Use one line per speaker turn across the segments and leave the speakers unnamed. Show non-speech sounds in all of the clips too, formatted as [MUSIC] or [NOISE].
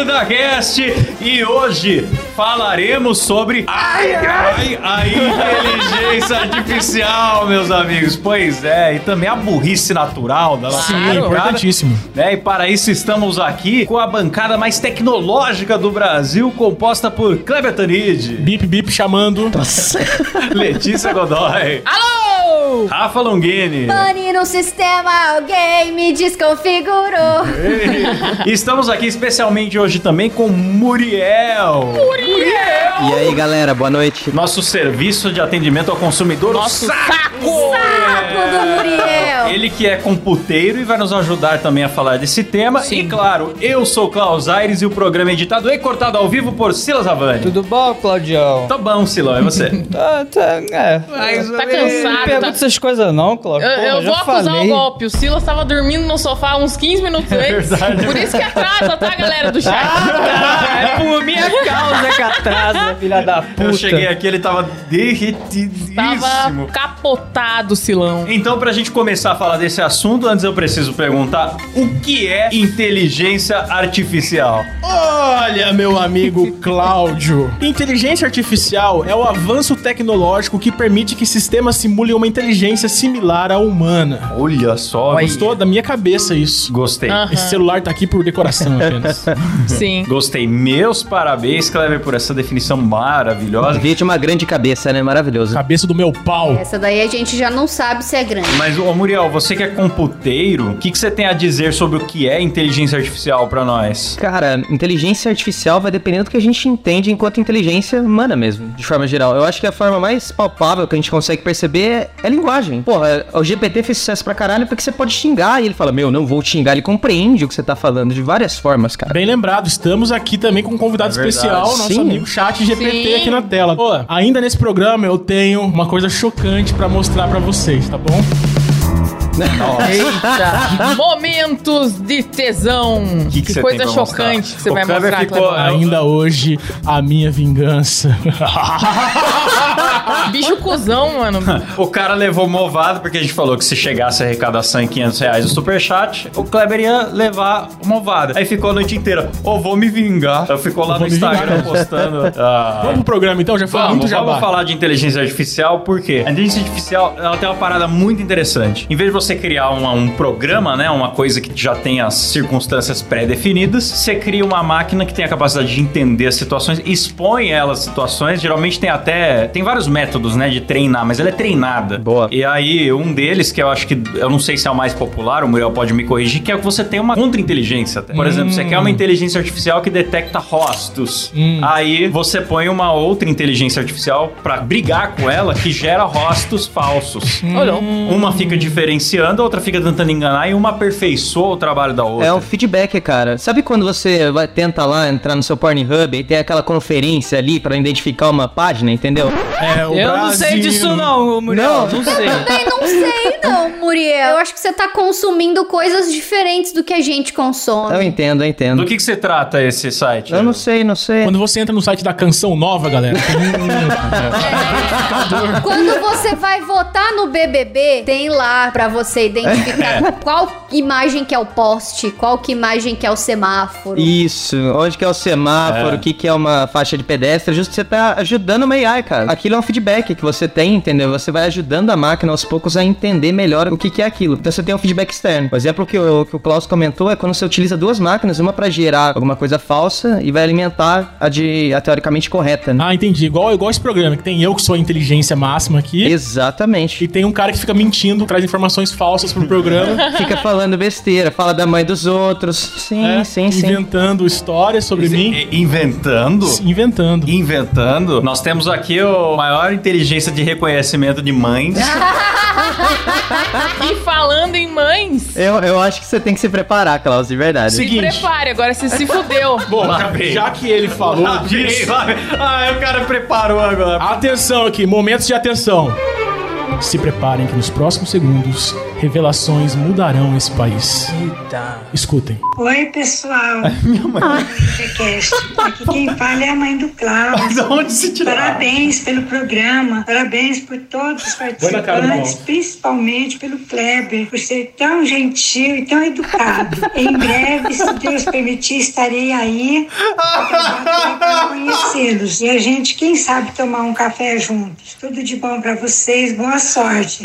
DubraCast um e hoje falaremos sobre ai, ai, a inteligência artificial, meus amigos. Pois é, e também a burrice natural da nossa
Sim, é
molecada,
importantíssimo.
né? E para isso estamos aqui com a bancada mais tecnológica do Brasil, composta por Kleber [LAUGHS] Tanid,
Bip bip chamando.
Letícia Godoy,
Alô!
Rafa Longini.
Pane no sistema, alguém me desconfigurou.
E [LAUGHS] Estamos aqui especialmente hoje também com Muriel. Muriel!
E aí, galera, boa noite.
Nosso serviço de atendimento ao consumidor,
Nosso
o saco!
saco!
[LAUGHS] Papo do Ah, Muriel.
Ele que é computeiro e vai nos ajudar também a falar desse tema. E claro, eu sou o Klaus Aires e o programa é editado e cortado ao vivo por Silas Avani.
Tudo bom, Claudião?
Tá bom, Silão, é você.
Tá, tá, é.
Tá
Não
cansado,
pergunta
tá...
essas coisas não,
Eu,
Claudio. Porra,
eu
já
vou acusar
falei.
o golpe. O Silas tava dormindo no sofá uns 15 minutos antes.
verdade.
Por isso que atrasa, tá, galera do chat?
Ah, [LAUGHS] é por minha causa que atrasa, filha da puta.
Eu cheguei aqui, ele tava derretidíssimo.
Tava capotado, Silão.
Então, pra gente começar a falar desse assunto, antes eu preciso perguntar o que é inteligência artificial?
Olha, meu amigo Cláudio. Inteligência artificial é o avanço tecnológico que permite que sistemas simulem uma inteligência similar à humana.
Olha só,
Gostou da minha cabeça isso?
Gostei.
Ah.
Esse celular tá aqui por decoração apenas.
[LAUGHS]
Sim.
Gostei. Meus parabéns, Kleber, por essa definição maravilhosa.
Vídeo uma grande cabeça, né? Maravilhoso.
cabeça do meu pau.
Essa daí a gente já não sabe se é grande.
Mas, ô Muriel, você que é computeiro, o que, que você tem a dizer sobre o que é inteligência artificial pra nós?
Cara, inteligência artificial vai dependendo do que a gente entende enquanto inteligência humana mesmo, de forma geral. Eu acho que a forma mais palpável que a gente consegue perceber é linguagem. Porra, o GPT fez sucesso pra caralho porque você pode xingar e ele fala, meu, não vou te xingar. Ele compreende o que você tá falando de várias formas, cara.
Bem lembrado, estamos aqui também com um convidado
É verdade.
especial, nosso
Sim.
amigo Chat GPT
Sim.
aqui na tela. Pô, ainda nesse programa eu tenho uma coisa chocante pra mostrar pra vocês, tá bom?
Eita! Momentos de tesão.
Que que você
coisa
tem pra
chocante
mostrar?
que você
O
vai
Kleber
mostrar,
ficou-
Cleber.
Ainda hoje, a minha vingança. [LAUGHS]
Bicho cuzão, mano.
[LAUGHS] O cara levou movado porque a gente falou que se chegasse a arrecadação em 500 reais no superchat, o Kleber ia levar movada. Aí ficou a noite inteira, ô, vou me vingar. Aí ficou lá
Vou
no
me vingar.
Instagram
[LAUGHS]
postando. Ah,
Vamos pro programa então, já foi muito
Vamos,
jabá.
vamos falar de inteligência artificial, porque a inteligência artificial ela tem uma parada muito interessante. Em vez de você criar uma- um programa, né, uma coisa que já tem as circunstâncias pré-definidas, você cria uma máquina que tem a capacidade de entender as situações, expõe ela às situações. Geralmente tem até tem vários métodos, né, de treinar, mas ela é treinada.
Boa.
E aí um deles que eu acho que eu não sei se é o mais popular, o Muriel pode me corrigir, que é que você tem uma contra-inteligência.
Hum.
até. Por exemplo, você quer uma inteligência artificial que detecta rostos.
Hum.
Aí você põe uma outra inteligência artificial pra brigar com ela que gera rostos
Hum.
falsos.
Olha,
Uma fica diferenciando, a outra fica tentando enganar e uma aperfeiçoa o trabalho da outra.
É um feedback, cara. Sabe quando você vai tenta lá entrar no seu Pornhub e tem aquela conferência ali pra identificar uma página, entendeu?
É, o
Eu não sei
Brasil-
disso não, Muriel.
Não.
Não, sei.
[LAUGHS]
Também [LAUGHS] não sei, não, Muriel. Eu acho que você tá consumindo coisas diferentes do que a gente
Eu
consome.
entendo,
Do
eu entendo.
que, que se trata esse site?
Eu não sei, não sei.
Quando você entra no site da Canção Nova, galera,
[LAUGHS]
tem um-
Quando você vai votar no BBB, tem lá pra você identificar qual imagem que é o poste, qual que imagem que é o semáforo.
Isso, onde que é o semáforo,
É.
o que que é uma faixa de pedestre, justo você tá ajudando uma AI, cara. Aquilo é um feedback que você tem, entendeu? Você vai ajudando a máquina aos poucos a entender melhor o que que é aquilo. Então você tem um feedback externo. Por exemplo, o que o, que o Klaus comentou é quando você utiliza duas máquinas, uma pra gerar alguma coisa falsa e vai alimentar a de a teoricamente correta, né?
Ah, entendi. Igual, igual esse programa, que tem eu que sou a inteligência máxima aqui.
Exatamente.
E tem um cara que fica mentindo, traz informações falsas pro
[LAUGHS]
programa.
Fica falando besteira, fala da mãe dos outros. Sim,
né?
sim, sim.
Inventando histórias sobre mim.
E- é Inventando?
Inventando.
Inventando? Nós temos aqui o maior inteligência de reconhecimento de
[LAUGHS]
mães.
E falando em mães,
Eu, eu acho que você tem que se preparar, Klaus, de verdade.
Sim.
se
seguinte.
prepare, agora você se fudeu.
Bom,
Lá
já,
vem.
já tá que ele falou
Ah,
disso.
ah, o cara preparou agora.
Atenção aqui, momentos de atenção. Se preparem que nos próximos segundos, revelações mudarão esse país. Escutem.
Oi,
[LAUGHS]
pessoal. Podcast. Aqui quem fala é a mãe do Cláudio.
[LAUGHS] De onde se tirar?
Parabéns pelo programa, parabéns por todos os
Põe na cara do
participantes,
mal.
principalmente pelo Kleber, por ser tão gentil e tão educado. Em breve, se Deus permitir, estarei aí para conhecê-los. E a gente, quem sabe, tomar um café juntos. Tudo de bom para vocês, boa sorte.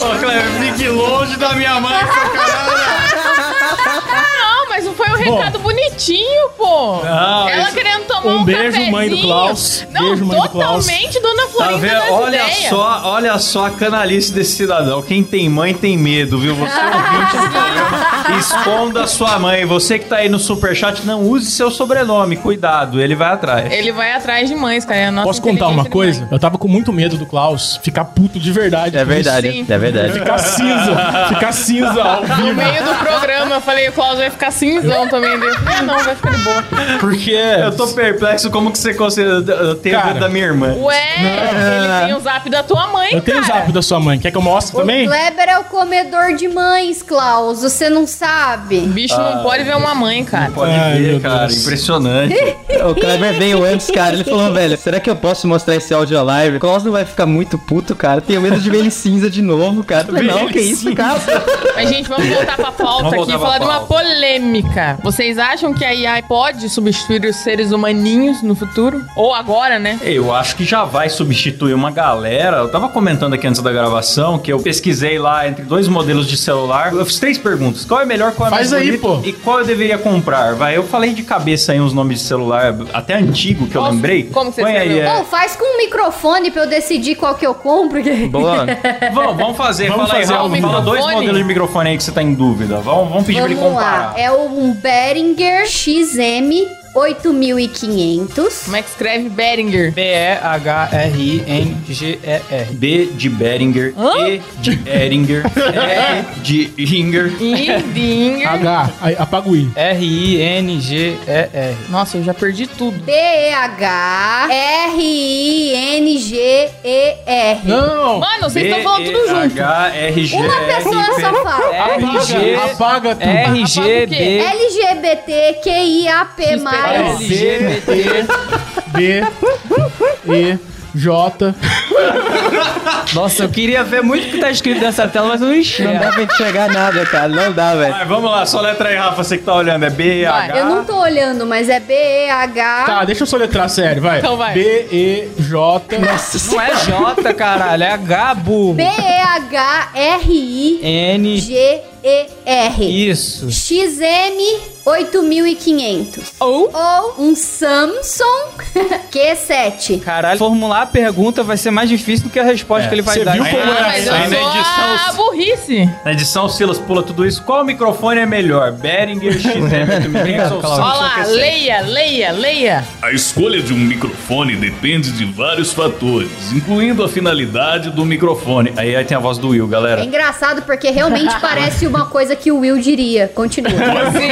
Ô, Cleber, fique longe da minha mãe, seu caralho.
Não, mas não foi um recado bonitinho, pô.
Não,
Ela
isso-
querendo tomar um,
um beijo, mãe do
cafezinho.
Klaus.
Não,
Beijo, mãe do Klaus.
totalmente dona
Tá
Florinda
vendo?
das
Olha
ideias.
só, olha só a canalice desse cidadão. Quem tem mãe tem medo, viu? Você é ouvinte do programa, esconda a sua mãe. Você que tá aí no superchat, não use seu sobrenome. Cuidado, ele vai atrás.
Ele vai atrás de mães, cara. É a nossa
Posso contar uma
inteligência de
coisa?
mãe.
Eu tava com muito medo do Klaus ficar puto de verdade.
É
por isso.
verdade,
Sim.
é verdade.
Ficar cinza, ficar cinza ao
No
vivo.
meio do
[LAUGHS]
programa, eu falei, o Klaus vai ficar cinzão também. dele. Ah, não, vai ficar de boa.
Porque
Eu tô perplexo como que você consegue. Eu tenho
Cara.
medo da minha irmã.
Ué, ele tem o zap da tua mãe,
Eu tenho o
cara.
zap da sua mãe. Quer que eu mostre também?
Kleber é o comedor de mães, Klaus. Você não sabe.
Bicho
Ah,
não pode ver uma mãe, cara.
Pode
Ai,
ver,
meu
cara.
Deus.
Impressionante.
O Kleber veio antes, cara. Ele falou, velho, será que eu posso mostrar esse áudio live? O Klaus não vai ficar muito puto, cara. Tenho medo de ver ele cinza de novo, cara. Eu falei,
Ver
não,
ele
que isso, cara.
Mas, gente, vamos voltar pra pauta
Vamos voltar
aqui e
pra
falar de uma
pauta.
polêmica. Vocês acham que a AI pode substituir os seres humaninhos no futuro? Ou agora, né?
Eu acho que já vai substituir uma galera. Eu tava comentando aqui antes da gravação que eu pesquisei lá entre dois modelos de celular. Eu fiz três perguntas. Qual é melhor, qual é
Faz
mais
aí,
bonito
pô.
e qual eu deveria comprar? Vai, eu falei de cabeça aí uns nomes de celular até antigo que eu
Como-
lembrei.
como que você
Põe aí,
escreveu?
é.
Pô, faz com um microfone pra eu decidir qual que eu compro. [LAUGHS]
Boa.
é. Vamos, vamos fazer.
Vamos
fala
fazer
aí,
um
Raul. Fala dois
microfone?
modelos de microfone aí que você tá em dúvida. Vamos, vamos pedir pra ele
Vamos
comparar.
lá. É um Behringer XM 8500.
Como é que escreve Beringer? É.
B-E-H-R-I-N-G-E-R.
B de Beringer, E de
[LAUGHS]
Beringer, E de Ringer.
Indinger.
H, aí, apaga o I.
R-I-N-G-E-R.
Nossa, eu já perdi tudo.
B-E-H-R-I-N-G-E-R.
Não!
Mano, vocês estão falando tudo junto.
H R G É.
Uma pessoa só fala.
RG. Apaga tudo.
Apaga o quê?
R-G-B.
LGBTQIAP+.
Ai,
C, D, E, J.
Nossa, eu queria ver muito o que tá escrito nessa tela, mas eu não
Não
enxergo.
dá pra enxergar nada, cara. Não dá, velho.
Mas vamos lá, só letra aí, Rafa, você que tá olhando. É B,
Vai.
H.
Eu não tô olhando, mas é B-E-H...
Tá, deixa eu soletrar sério, vai.
Então vai.
B, E, J.
Não é J, caralho, é H, burro.
B-E-H-R-I-G-E-R.
N. Isso.
XM8500.
Ou.
Ou um Samsung [LAUGHS] Q7.
Caralho, formular a pergunta vai ser mais difícil do que a resposta que ele vai
Você
dar.
viu
Aí-
como
Ah,
é
mas eu
Aí na
sou a
edição-
burrice.
Na edição, o Silas pula tudo isso. Qual microfone é melhor? Behringer,
[LAUGHS]
XM, ou
Olha
Samsung
lá,
Q7?
leia, leia, leia.
A escolha de um microfone depende de vários fatores, incluindo a finalidade do microfone.
Aí, aí tem a voz do Will,
É
galera.
engraçado
[LAUGHS]
porque realmente parece uma coisa que o Will diria. Continua.
Sim,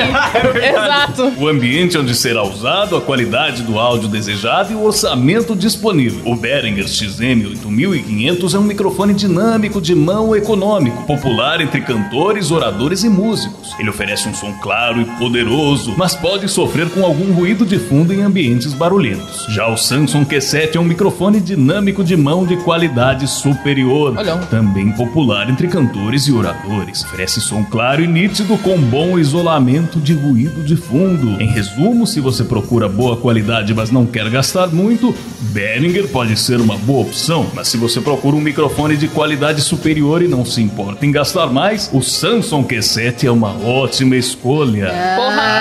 exato.
O ambiente onde será usado, a qualidade do áudio desejado e o orçamento disponível. O Behringer XM8500 é um microfone dinâmico de mão econômico, popular entre cantores, oradores e músicos. Ele oferece um som claro e poderoso, mas pode sofrer com algum ruído de fundo em ambientes barulhentos. Já o Samsung Q7 é um microfone dinâmico de mão de qualidade superior.
Olha,
Também popular entre cantores e oradores, oferece som claro e nítido com bom isolamento de ruído de fundo. Em resumo, se você procura boa qualidade, mas não quer gastar muito, Behringer pode ser uma boa opção. Mas se você procura um microfone de qualidade superior e não se importa em gastar mais, o Samsung Q7 é uma ótima escolha.
É,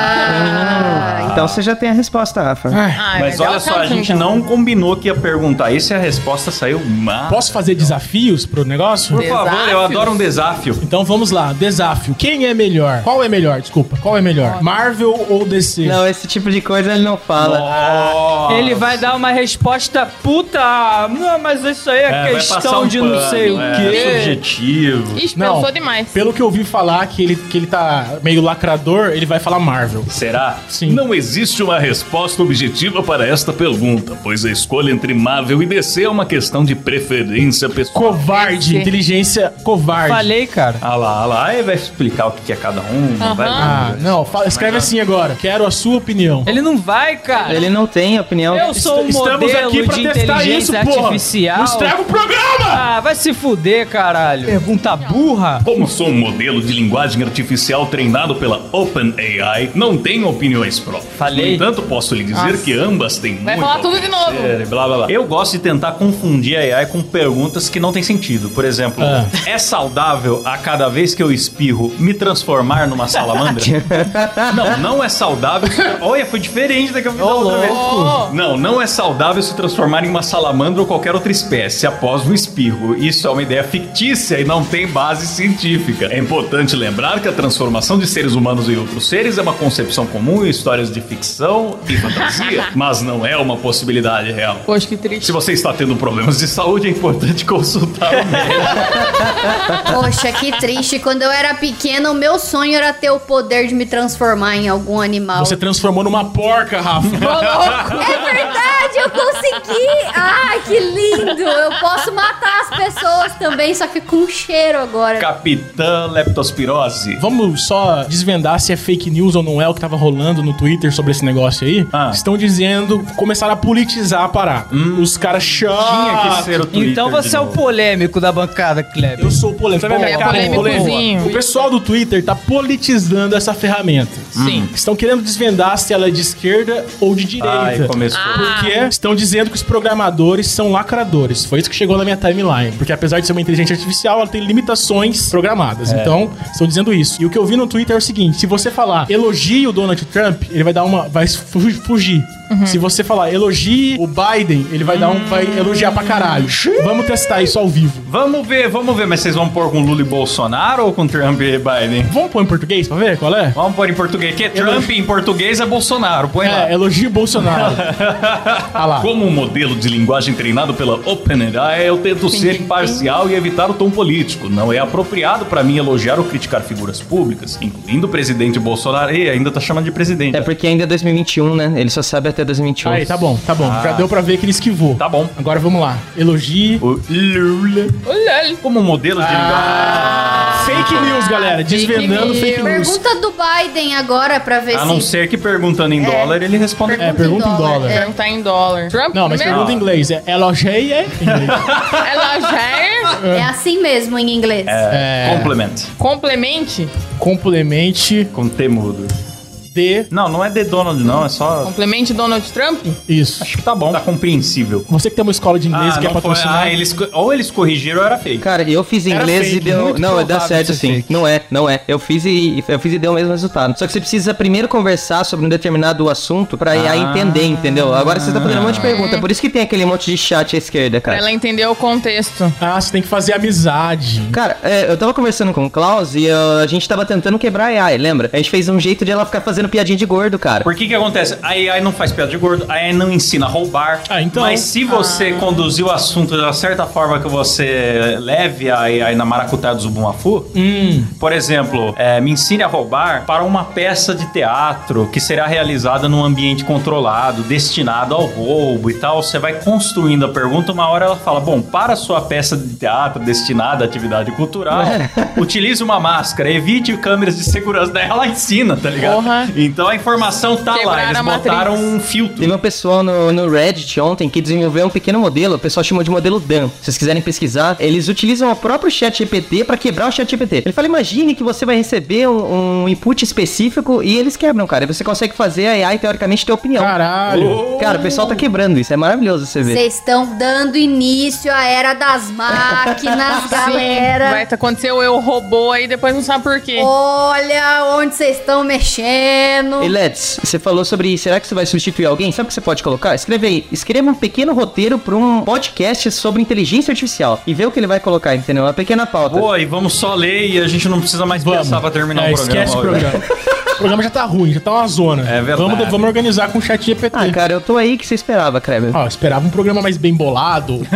Porra.
Então você já tem a resposta, Rafa.
Ai,
Mas
é o
olha só, a
Samsung,
gente
então.
não combinou que ia perguntar isso e a resposta saiu má.
Posso fazer desafios pro negócio?
Por favor, eu
Desafios?
adoro um desafio.
Então vamos lá, desafio. Quem é melhor? Qual é melhor? Desculpa, qual é melhor? Marvel ou DC?
Não, esse tipo de coisa ele não fala.
Ele vai dar uma resposta puta. Não, mas isso aí é,
É, vai passar
questão
um
de
pano,
não sei
é,
o quê.
Subjetivo.
Ixi,
Não.
pensou demais.
Pelo que eu ouvi falar, que ele, que ele tá meio lacrador, ele vai falar Marvel.
Será?
Sim.
Não existe uma resposta objetiva para esta pergunta, pois a escolha entre Marvel e DC é uma questão de preferência pessoal.
Covarde,
Sim.
inteligência covarde.
Falei, cara.
Ah lá, ah lá, aí vai explicar o que que é cada um. não vai-
Ah, não, fala- escreve assim agora. Quero a sua opinião.
Ele não vai, cara.
Ele não tem opinião.
Eu sou um
Estamos
modelo
aqui pra
de
testar
inteligência
isso, porra.
artificial.
Não estraga o programa!
Ah, vai se fuder, caralho. Pergunta burra.
Como sou um modelo de linguagem artificial treinado pela OpenAI, não tenho opiniões próprias.
Falei.
No entanto, posso lhe dizer que ambas têm
Vai
muito
falar tudo
a
de novo.
É, Blá, blá, blá. Eu gosto de tentar confundir a AI com perguntas que não têm sentido. Por exemplo,
Ah.
é saudável a cada vez que eu espirro me transformar numa salamandra? não, não é saudável. se- Olha, foi diferente da que eu fiz da outra vez. Não, não é saudável se transformar em uma salamandra ou qualquer outra espécie após o espirro. Isso é uma ideia fictícia e não tem base científica. É importante lembrar que a transformação de seres humanos em outros seres é uma concepção comum em histórias de ficção e fantasia, mas não é uma possibilidade real.
Poxa, que triste.
[LAUGHS] Se você está tendo problemas de saúde, é importante consultar o
[LAUGHS]
médico.
Poxa, que triste. Quando eu era pequena, o meu sonho era ter o poder de me transformar em algum animal.
Você tá- transformou numa porca,
[LAUGHS]
Rafa.
É verdade, eu consegui! Ai, que lindo! Eu posso matar as pessoas também, só que com cheiro agora.
Capitã Leptospirose.
Vamos só desvendar se é fake news ou não é o que tava rolando no Twitter sobre esse negócio aí.
Ah. Hum.
Estão dizendo, começaram a politizar a parada. Os caras chamam.
Ah,
Tinha que ser o Twitter
Então
de
você é o
novo.
polêmico da bancada, Kleber.
Eu sou polêmico. Tá vendo
Ele é
minha cara de polêmico?
polêmicozinho.
O pessoal do Twitter tá politizando essa ferramenta.
Sim.
Estão querendo desvendar se ela é de esquerda ou de direita.
Ai, Ah,
Ah,
começou.
Porque estão dizendo que os programadores são lacradores. Foi isso que chegou na minha timeline. Porque apesar de ser uma inteligência artificial, ela tem limitações programadas.
É.
Então, estão dizendo isso. E o que eu vi no Twitter é o seguinte: se você falar elogie o Donald Trump, ele vai dar uma. vai fu- fugir. Se você falar elogie o Biden, ele vai dar um. vai elogiar pra caralho. Vamos testar isso ao vivo.
Vamos ver, vamos ver, mas vocês vão pôr com Lula e Bolsonaro ou com Trump e Biden?
Vamos pôr em português pra ver qual é?
Vamos pôr em português, que é Trump em português é Bolsonaro, põe lá.
É,
[LAUGHS]
elogie Bolsonaro. ah lá.
Como um modelo de linguagem treinado pela OpenAI, eu tento ser imparcial e evitar o tom político. Não é apropriado para mim elogiar ou criticar figuras públicas, incluindo o presidente Bolsonaro. E ainda tá chamando de presidente.
É porque ainda é 2021, né? Ele só sabe até 2021.
Aí, tá bom, tá bom. Já deu pra ver que ele esquivou.
Tá bom.
Agora vamos lá. Elogie.
O Lula.
Olha,
Como um modelo de
Fake news, galera.
fake
Desvendando
news.
fake news. Ah,
Pergunta do Biden agora pra ver
linguagem. A não
se.
ser que perguntando em dólar, ele responde.
É, pergunta em dólar.
É.
perguntar em dólar. Trump
Não, mas
primeiro.
pergunta em inglês. É elogie é [LAUGHS] inglês.
Ela já é
É assim mesmo em inglês.
É. Complement.
complemente.
Complemente
Com T mudo.
de...
Não, não é de Donald, não, é só.
Complemente Donald Trump?
Isso.
Acho que tá bom. Tá compreensível.
Você que é tem uma escola de inglês e quer
não foi-
patrocinar...
ah, eles, co- ou eles corrigiram ou era fake.
Cara, eu fiz
Era
inglês
fake,
e deu.
muito
Não, dá
provável
certo
ser
sim.
fake.
Não é, não é. Eu fiz e eu fiz e deu o mesmo resultado. Só que você precisa primeiro conversar sobre um determinado assunto pra
Ah.
IA entender, entendeu? Agora você tá fazendo um monte de pergunta. Por isso que tem aquele monte de chat à esquerda,
Pra
cara.
ela é entender o contexto.
Ah, você tem que fazer amizade.
Cara, é, eu tava conversando com o Klaus e eu- a gente tava tentando quebrar a AI, lembra? A gente fez um jeito de ela ficar fazendo piadinha de gordo, cara.
Por que que acontece? A AI não faz piada de gordo, a AI não ensina a roubar.
Ah, então.
Mas se você conduzir o assunto de uma certa forma que você leve a AI na maracutaia do Zubumafu, por exemplo, é, me ensine a roubar para uma peça de teatro que será realizada num ambiente controlado, destinado ao roubo e tal, você vai construindo a pergunta, uma hora ela fala, bom, para sua peça de teatro destinada à atividade cultural, [LAUGHS] utilize uma máscara, evite câmeras de segurança, daí ela ensina, tá ligado?
Porra.
Então a informação tá lá,
Quebraram
eles
a matriz.
botaram um filtro.
Teve um pessoal no, no Reddit ontem que desenvolveu um pequeno modelo, o pessoal chamou de modelo Dan. Se vocês quiserem pesquisar, eles utilizam o próprio chat GPT pra quebrar o chat GPT. Ele fala, imagine que você vai receber um, um input específico e eles quebram, cara. E você consegue fazer a AI, teoricamente, ter opinião.
Caralho.
Cara, o pessoal tá quebrando isso, é maravilhoso você ver.
Vocês estão dando início à era das
[LAUGHS]
máquinas, galera.
Vai acontecer o eu robô aí, depois não sabe por quê.
Olha onde vocês estão mexendo.
E Let's, você falou sobre será que você vai substituir alguém? Sabe o que você pode colocar? Escreve aí, escreva um pequeno roteiro pra um podcast sobre inteligência artificial e vê o que ele vai colocar, entendeu? Uma pequena pauta.
Boa, e vamos só ler e a gente não precisa mais
Vamos.
pensar pra terminar
É,
o programa.
esquece o
hoje.
programa. O programa já tá ruim, já tá uma zona.
É verdade.
Vamos, vamos organizar com o chat GPT.
Ah, cara, eu tô aí que você esperava, Kleber.
Ó, eu esperava um programa mais bem bolado.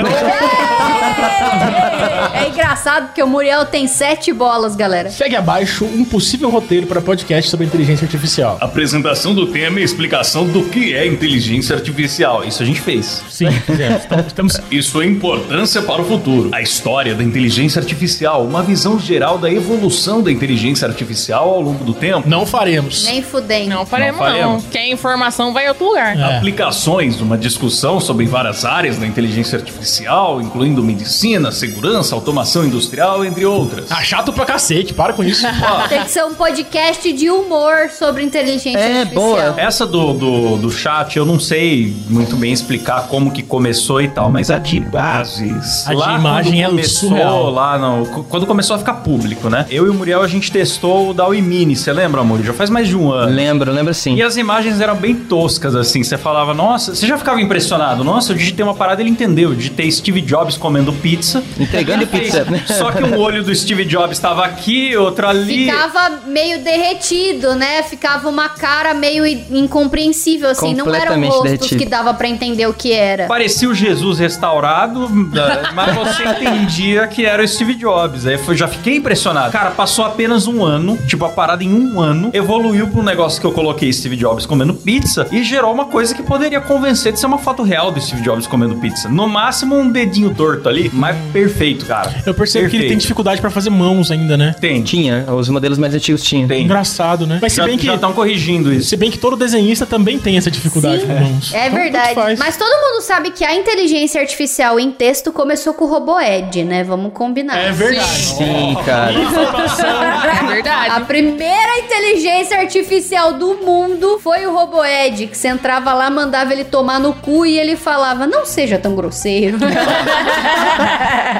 É engraçado porque o Muriel tem sete bolas, galera.
Segue abaixo um possível roteiro para podcast sobre inteligência artificial.
Apresentação do tema e explicação do que é inteligência artificial. Isso a gente fez.
Sim, fizemos. Então, estamos...
E sua importância para o futuro. A história da inteligência artificial, uma visão geral da evolução da inteligência artificial ao longo do tempo.
Não faremos.
Nem fudendo.
Não faremos,
Não
não.
faremos.
Quem é informação vai em outro lugar.
É.
Aplicações, uma discussão sobre várias áreas da inteligência artificial, incluindo medicina, segurança, automação industrial, entre outras.
Ah, chato pra cacete, para com
[LAUGHS]
isso.
tá.
Tem que ser um podcast de humor sobre inteligência
É,
artificial.
boa.
Essa do, do, do chat, eu não sei muito bem explicar como que começou e tal, mas a de bases.
A de
lá
imagem
quando
é
começou,
surreal.
lá no, cu- Quando começou a ficar público, né? Eu e o Muriel, a gente testou o da Mini, você lembra, amor? Já faz mais de um ano.
Lembro, lembro sim.
E as imagens eram bem toscas, assim. Você falava, nossa, você já ficava impressionado. Nossa, eu digitei uma parada e ele entendeu. Eu digitei Steve Jobs comendo pizza.
Entregando pizza.
Só que um olho do Steve Jobs estava aqui, outro ali.
Ficava meio derretido, né? Ficava uma cara meio i- incompreensível, assim. Não eram
Completamente
rostos
derretido.
que dava pra entender o que era.
Parecia o Jesus restaurado, [LAUGHS] da- mas você entendia que era o Steve Jobs. Aí foi, já fiquei impressionado. Cara, passou apenas um ano, tipo, a parada em um ano, evoluiu pro negócio que eu coloquei Steve Jobs comendo pizza e gerou uma coisa que poderia convencer de ser uma foto real do Steve Jobs comendo pizza. No máximo um dedinho torto ali, mas perfeito, cara.
Eu percebo que ele tem
Perfeito.
dificuldade pra fazer mãos ainda, né?
Tem,
Tinha, os modelos mais antigos tinham.
tem.
Engraçado, né? Mas se
Já
bem que,
estão corrigindo isso.
se bem que todo desenhista também tem essa dificuldade com mãos.
É
Então,
verdade.
tanto faz.
Mas todo mundo sabe que a inteligência artificial em texto começou com o Roboed, né? Vamos combinar.
É verdade.
Sim, cara.
É
A
verdade.
primeira inteligência artificial do mundo foi o Roboed, que você entrava lá, mandava ele tomar no cu e ele falava: Não seja
[LAUGHS]
tão grosseiro.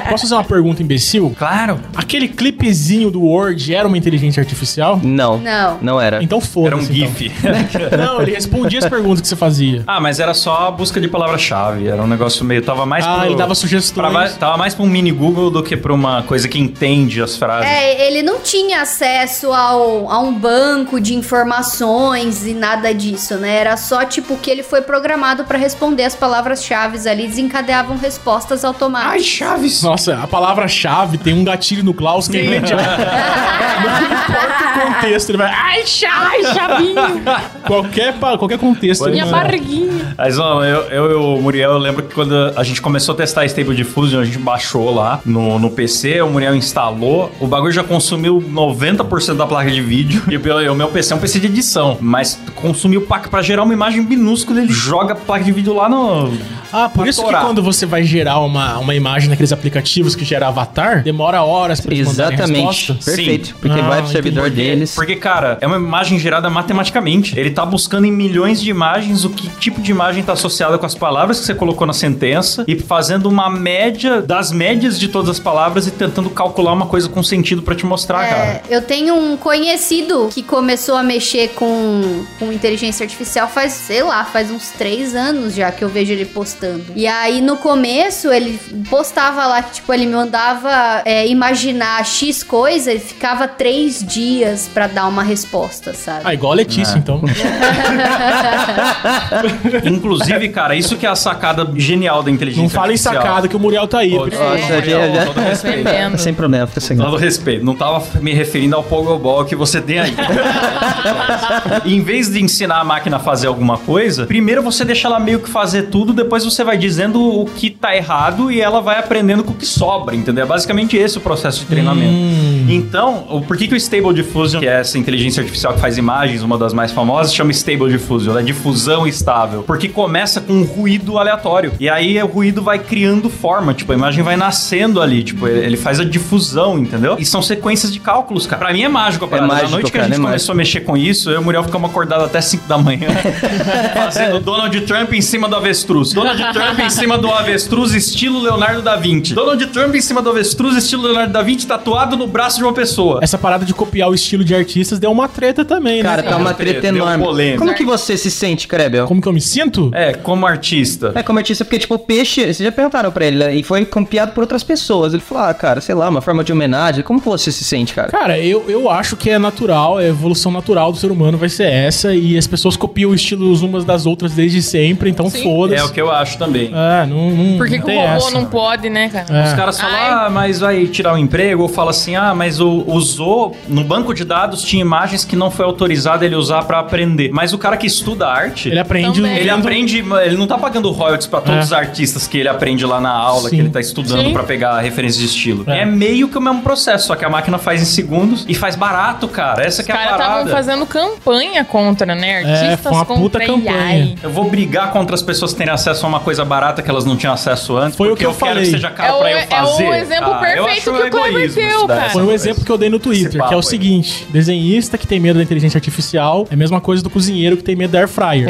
Posso fazer uma pergunta imbecil?
Claro.
Aquele clipezinho do Word era uma inteligência artificial?
Não.
Não.
Não era.
Então
Era um
foda-se. então.
GIF. [LAUGHS]
Não, ele respondia as perguntas que você fazia.
Ah, mas era só a busca de palavra-chave. Era um negócio meio. Tava mais
Ah,
pro-
ele dava
tipo, pra
sugestões.
vai- tava mais pra um mini Google do que pra uma coisa que entende as frases.
É, ele não tinha acesso ao, a um banco de informações e nada disso, né? Era só tipo que ele foi programado pra responder as palavras-chave ali, desencadeavam respostas automáticas.
chaves!
Nossa, a palavra-chave tem um gatilho no Klaus que ele já... Não importa o contexto, ele vai... Ai,
Ai,
[LAUGHS]
chavinho.
qualquer, pa- qualquer contexto.
Minha
né?
barriguinha.
Mas, ó, eu, eu e o Muriel, eu lembro que quando a gente começou a testar Stable Diffusion, a gente baixou lá no, no PC, o Muriel instalou, o bagulho já consumiu 90% da placa de vídeo. [LAUGHS] E pelo- o meu PC é um PC de edição, mas consumiu pack pra gerar uma imagem minúscula, ele joga a placa de vídeo lá no.
Ah, por isso que
Atorar.
quando você vai gerar uma, uma imagem naqueles aplicativos que gera avatar, demora horas pra eles mandarem a
Exatamente.
resposta.
Perfeito.
Sim.
Porque
Ah,
vai pro servidor
entendi.
deles.
Porque, cara, é uma imagem gerada matematicamente. Ele tá buscando em milhões de imagens o que tipo de imagem tá associada com as palavras que você colocou na sentença e fazendo uma média das médias de todas as palavras e tentando calcular uma coisa com sentido pra te mostrar, cara.
É, eu tenho um conhecido que começou a mexer com, com inteligência artificial faz, sei lá, faz uns três anos já que eu vejo ele postando. E aí no começo ele postava lá que, tipo, ele me mandava é, imaginar X coisa, ele ficava três dias pra dar uma resposta, sabe?
Ah, igual a Letícia, então.
Inclusive, cara, isso que é a sacada genial da inteligência
Não fala em
artificial.
sacada que o Muriel tá aí.
Pode.
Nossa,
É,
já- já-
com todo respeito.
Tá Entendendo.
Sem problema, fica sem
Todo respeito, não tava me referindo ao Pogobol que você tem aí. [LAUGHS] em vez de ensinar a máquina a fazer alguma coisa, primeiro você deixa ela meio que fazer tudo, depois você vai dizendo o que tá errado e ela vai aprendendo com o que sobra, entendeu? É basicamente esse o processo de treinamento.
Hum.
Então, o- por que, que o Stable Diffusion, que é essa inteligência artificial que faz imagens, uma das mais famosas, chama Stable Diffusion, é difusão estável? Porque começa com um ruído aleatório. E aí o ruído vai criando forma, tipo, a imagem vai nascendo ali, tipo, ele ele faz a difusão, entendeu? E são sequências de cálculos, cara. Pra mim é mágico a parada. Na
mágico,
noite que a
cara,
gente
é mágico.
começou a mexer com isso, eu e o Muriel ficamos acordados até 5 da manhã, fazendo Donald Trump em cima do avestruz. Donald Trump em cima do avestruz, estilo Leonardo da Vinci. Donald Trump em em cima do avestruz, estilo Leonardo da Vinci, tatuado no braço de uma pessoa.
Essa parada de copiar o estilo de artistas deu uma treta também,
Cara,
né?
tá uma treta
Deu
enorme.
polêmica.
Como que você se sente, Krebel?
Como que eu me sinto?
É, como artista.
É, como artista, porque, tipo, o peixe, vocês já perguntaram pra ele, né? E foi copiado por outras pessoas. Ele falou, ah, cara, sei lá, uma forma de homenagem. Como que você se
[LAUGHS]
sente, cara?
Cara, eu, eu acho que é natural, a evolução natural do ser humano vai ser essa, e as pessoas copiam estilos umas das outras desde sempre, então
Sim.
É o
foda-se.
que eu acho também.
Ah, não, não,
Por que
não
que o
tem
robô
essa.
não pode, né, cara?
É.
Os caras falam,
Ai.
ah, mas vai tirar o emprego, ou fala assim, ah, mas o, usou, no banco de dados tinha imagens que não foi autorizado ele usar pra aprender. Mas o cara que estuda arte,
Ele
ele,
aprende...
Também.
vendo-
aprende, ele não tá pagando royalties pra todos
É.
os artistas que ele aprende lá na aula,
Sim.
que ele tá estudando
Sim.
pra pegar referência de estilo.
É.
É. meio que o mesmo processo, só que a máquina faz em segundos e faz barato, cara. Essa
Os
que é a
caras estavam
parada.
fazendo campanha contra, né?
É,
Artistas
foi uma
contra
puta
AI.
campanha.
Eu vou brigar contra as pessoas terem acesso a uma coisa barata que elas não tinham acesso antes,
Foi o
porque
que eu
eu, quero
falei.
que seja caro
É o-
pra
é o
eu fazer. Ah,
exemplo
eu
perfeito
acho um
que o Kleber
egoísmo
deu,
isso daí,
cara.
essa
Foi um
coisa.
exemplo que eu dei no Twitter, que
papo
é o
aí.
seguinte: desenhista que tem medo da inteligência artificial é a mesma coisa do cozinheiro que tem medo da
[LAUGHS]
air fryer.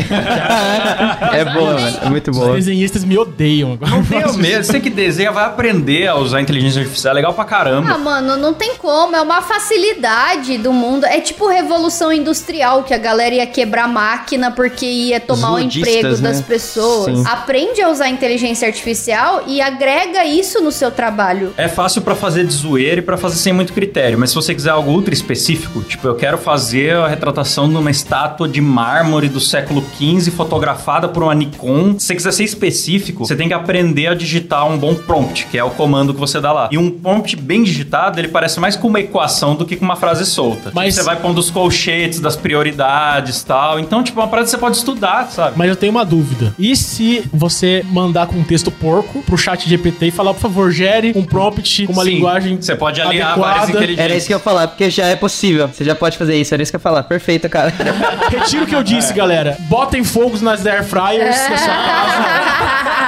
é boa, mano. É muito
Os
boa.
desenhistas me odeiam
[LAUGHS]
agora.
Não tenho medo. Você que desenha vai aprender a usar inteligência artificial. É legal pra
Ah,
caramba.
mano, não tem como. É uma facilidade do mundo. É tipo revolução industrial, que a galera ia quebrar máquina porque ia tomar
Os
o
ludistas,
emprego das
né?
pessoas.
Sim.
Aprende a usar inteligência artificial e agrega isso no seu trabalho.
É fácil pra fazer de zoeira e pra fazer sem muito critério. Mas se você quiser algo ultra específico, tipo, eu quero fazer a retratação de uma estátua de mármore do século XV fotografada por uma Nikon. Se você quiser ser específico, você tem que aprender a digitar um bom prompt, que é o comando que você dá lá. E um prompt bem digitado, ele parece mais com uma equação do que com uma frase solta.
Mas-
Mas... você vai pondo os colchetes das prioridades e tal. Então, tipo, uma parada que você pode estudar, sabe?
Mas eu tenho uma dúvida. E se você mandar com um texto porco pro chat GPT e falar, por favor, gere um prompt com uma
Sim,
linguagem.
Você pode aliar várias
adequada.
inteligências.
Era isso que eu ia falar, porque já é possível. Você já pode fazer isso, era isso que eu ia falar. Perfeito, cara. [LAUGHS]
Retiro o que eu disse, galera. Botem fogos nas air fryers
É.
da sua casa.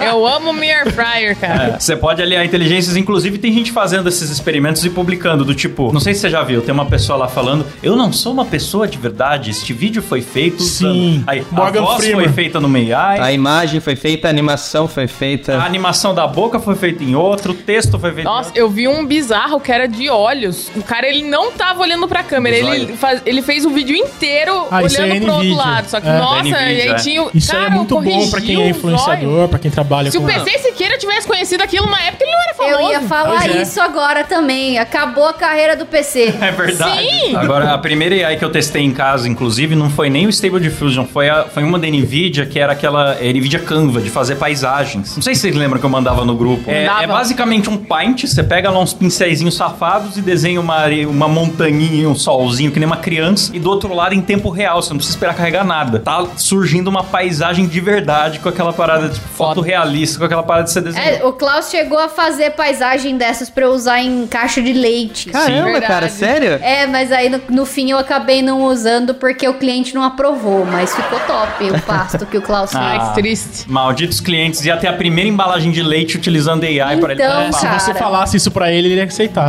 Eu amo minha air fryer, cara.
É, Você pode aliar inteligências, inclusive tem gente fazendo esses experimentos e publicando, do tipo, não sei se você já viu, tem uma pessoa lá falando, eu não sou uma pessoa de verdade, este vídeo foi feito usando-"
Sim,
Aí,
Morgan
a voz
Freeman.
foi feita no AI,
A imagem foi feita, a animação
a
foi
é.
feita.
animação da boca foi feita em outro, o texto foi feito
Nossa,
em
eu vi um bizarro que era de olhos. O cara, ele não tava olhando pra câmera. Ele, faz- ele fez o vídeo inteiro
Ah, isso
olhando
é
pro outro
NVIDIA.
lado. Só que,
É.
nossa,
Da
e
NVIDIA,
aí tinha o-
Isso é
cara, um
muito bom pra quem é
corrigiu o zóio.
influenciador, é. pra quem trabalha
Se o
com.
PC Siqueira tivesse conhecido aquilo na época, ele não era
[LAUGHS]
famoso.
Eu ia falar
Pois é.
isso agora também. Acabou a carreira do
[LAUGHS]
PC.
outro. É verdade.
Sim!
Agora, a primeira AI que eu testei em casa, inclusive, não foi nem o Stable Diffusion, foi, a- foi uma da NVIDIA, que era aquela é, NVIDIA Canva, de fazer paisagens. Não sei se vocês lembram que eu mandava no grupo. É,
Mandava.
é basicamente um paint, você pega lá uns pincéis safados e desenha uma, are- uma montanhinha, um solzinho, que nem uma criança, e do outro lado em tempo real, você não precisa esperar carregar nada. Tá surgindo uma paisagem de verdade com aquela parada, tipo, foto realista, com aquela parada de você desenhar.
É, o Klaus chegou a fazer paisagem dessas pra eu usar em caixa de leite.
Caramba,
Verdade.
cara, sério?
É, mas aí no, no fim eu acabei não usando porque o cliente não aprovou, mas ficou top o pasto que o Klaus fez.
Ah,
Ai, que triste.
Malditos clientes, ia ter a primeira embalagem de leite utilizando AI para ele
Então,
falar.
cara.
Se você falasse isso pra ele, ele ia aceitar.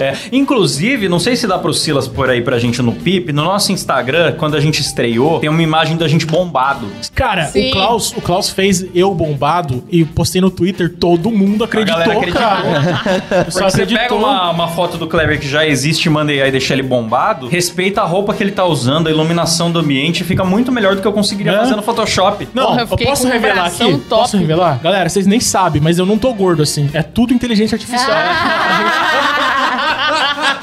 É. Inclusive, não sei se dá pro Silas por aí pra gente no PIP, no nosso Instagram, quando a gente estreou, tem uma imagem da gente bombado.
Cara,
Sim.
o Klaus, o Klaus fez eu bombado e postei no Twitter, todo mundo acreditou,
galera acreditou. [LAUGHS]
cara. Só
Porque você
acreditou.
pega uma, uma foto do Kleber que já existe e manda aí deixar ele bombado, respeita a roupa que ele tá usando, a iluminação do ambiente, fica muito melhor do que eu conseguiria
É.
fazer no Photoshop.
Não,
Porra, eu
eu,
fiquei
posso
com um
revelar aqui?
bração top.
Posso revelar? Galera, vocês nem sabem, mas eu não tô gordo assim. É tudo inteligência
[LAUGHS]
artificial.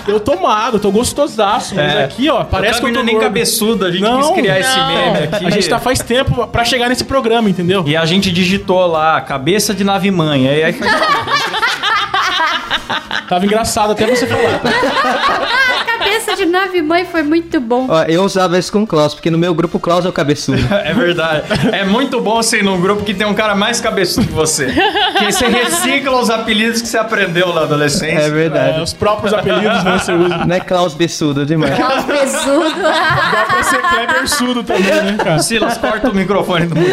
eu tô magro, tô gostosaço. Mas
É.
aqui, ó, parece
eu
que eu tô
nem
gordo.
cabeçudo, a gente
Não,
quis criar esse
não.
meme aqui.
A gente tá faz tempo pra chegar nesse programa, entendeu?
E a gente digitou lá, cabeça de nave mãe. Aí, aí faz
Tava engraçado até você falar.
A cabeça de nave mãe foi muito
[LAUGHS]
bom.
Ó, eu usava isso com o Klaus, porque no meu grupo o Klaus é o cabeçudo.
É verdade. É muito bom ser num grupo que tem um cara mais cabeçudo que você. Que aí você recicla os apelidos que você aprendeu na adolescência.
É verdade.
É, os próprios apelidos né, você usa.
Não é Klaus Bessudo demais.
Klaus Pesudo.
Dá pra ser é Kleber surdo também, né, cara?
Silas, corta o microfone do mundo.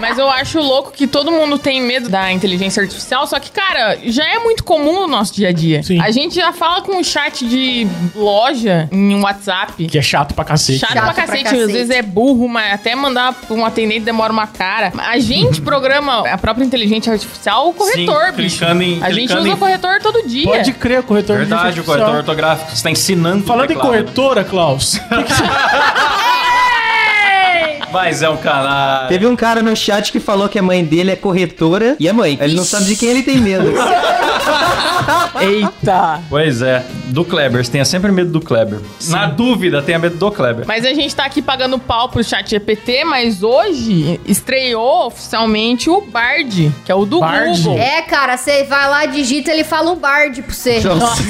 Mas eu acho louco que todo mundo tem medo da inteligência artificial, só que, cara, já é muito comum no nosso dia a dia.
Sim.
A gente já fala com o chat de de loja em WhatsApp.
Que é chato pra cacete.
Chato,
né?
pra
pra
cacete, às
cacete.
vezes é burro, mas até mandar pra um atendente demora uma cara. A gente programa a própria inteligência artificial o corretor,
Uhum. Sim,
bicho.
clicando em-
a gente
clicando
usa
em- É
o corretor todo
[LAUGHS]
dia.
Pode crer, corretor de
Verdade,
inteligência
o corretor
artificial.
ortográfico. Você tá ensinando. o
Falando em
teclado.
corretora, Klaus. [LAUGHS]
Mas é um canal.
Teve um cara no chat que falou que a mãe dele é corretora e é mãe. Ele não sabe de quem ele tem medo.
Eita!
Pois é, do Kleber. Você tenha sempre medo do Kleber. Na dúvida, tenha medo do Kleber.
Mas a gente tá aqui pagando pau pro chat GPT, mas hoje estreou oficialmente o Bard, que é o do
Bard?
Google.
É, cara, você vai lá, digita, ele fala um bard pra você.
Nossa.